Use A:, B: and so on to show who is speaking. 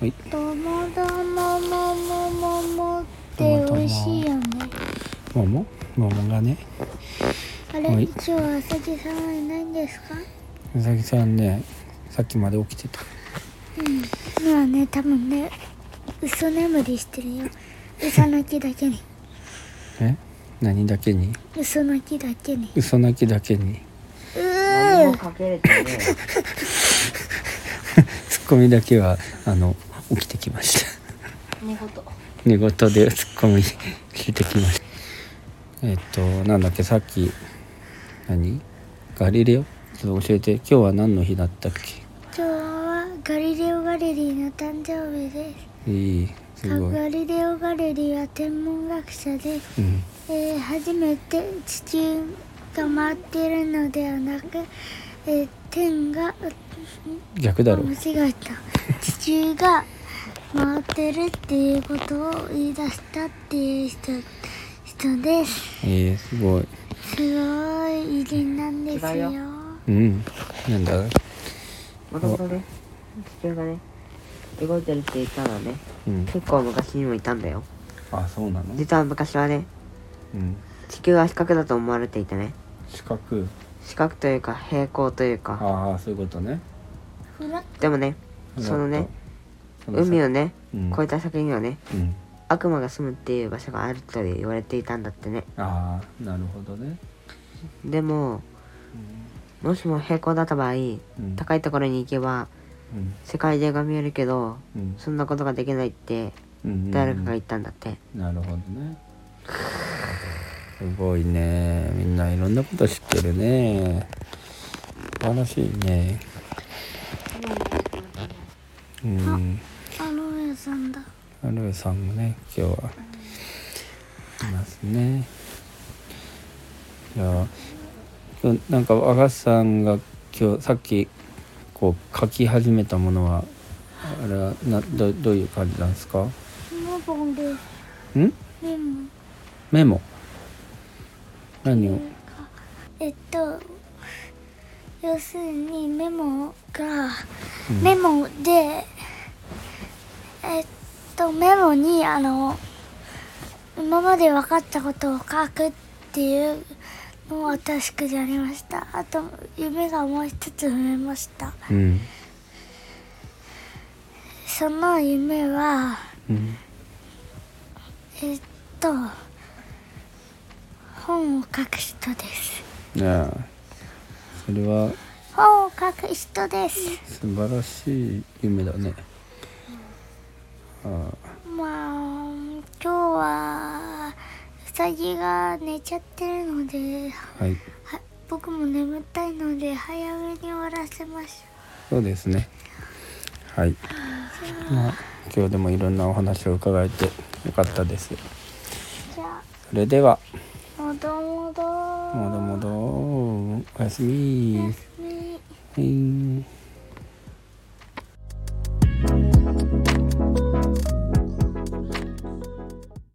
A: はい
B: どもどもももももって美味しいよね
A: 桃桃がね
B: あ
A: は
B: れ
A: い
B: 今日は朝木さんはいないんですか
A: うさぎさんねさっきまで起きてた
B: 今はね多分ね嘘眠りして るよ嘘泣きだけに
A: え何だけに
B: 嘘泣きだけに
A: 嘘泣きだけに
B: う
C: 何
B: ー
C: もかけれてねえよ
A: ツッコミだけはあの起きてきました
C: 寝言こ
A: 寝言でツッコミしてきましたえっとなんだっけさっき何ガリレオちょっと教えて今日は何の日だったっ
B: 今日はガリレオ・ガレリーの誕生日です
A: けいいすごい
B: ガリレオ・ガレリーは天文学者で、
A: うん
B: えー初めて地球が回っているのではなく、えー天が
A: 逆だろ
B: 間違えた地球が回ってるっていうことを言い出したっていう人人です
A: えー、すごい
B: すごい偉人なんです
C: 違
B: よ
C: うよ
A: うんなんだ
C: ともとね地球がね動いてるって言ったのはね
A: うん
C: 結構昔にもいたんだよ
A: あそうなの
C: 実は昔はね
A: うん
C: 地球は四角だと思われていてね
A: 四角
C: 四角というか平行というか
A: ああそういうことね
B: ふらっ
C: でもねそのね海を
A: ね
C: ね
A: うん
C: 越えた先にはね
A: うん
C: 悪魔が住むっていう場所があると言われていたんだってね
A: ああなるほどね
C: でももしも平行だった場合
A: うん
C: 高いところに行けば
A: うん
C: 世界中が見えるけど
A: うん
C: そんなことができないって
A: うん
C: 誰かが言ったんだって
A: なるほどね すごいねみんないろんなこと知ってるね素晴らしいねうん
B: アロエさんだ
A: アルエさんもね今日は、いますねいや今日なんか和賀さんが今日さっきこう書き始めたものはあれはなどどういう感じなんですかん
B: リモボンですリモ
A: メモ何を
B: えっと要するにメモが、メモでえっとメモにあの今まで分かったことを書くっていうのを新しくやりましたあと夢がもう一つ増えました
A: うん
B: その夢は
A: うん
B: えっと本を書く人で
A: い
B: す
A: やそれは
B: 本を書く人です
A: 素晴らしい夢だねあ
B: まあ今日はうさぎが寝ちゃってるので
A: あはい
B: は僕も眠たいので早めに終わらせまし
A: そうですね。はい。まあ、今日でもいろんなお話を伺えてよかったです。
B: ょうじゃ
A: それでは、
B: あもどもど
A: もども
B: ど
A: ど、おやすみ。
B: み
A: はい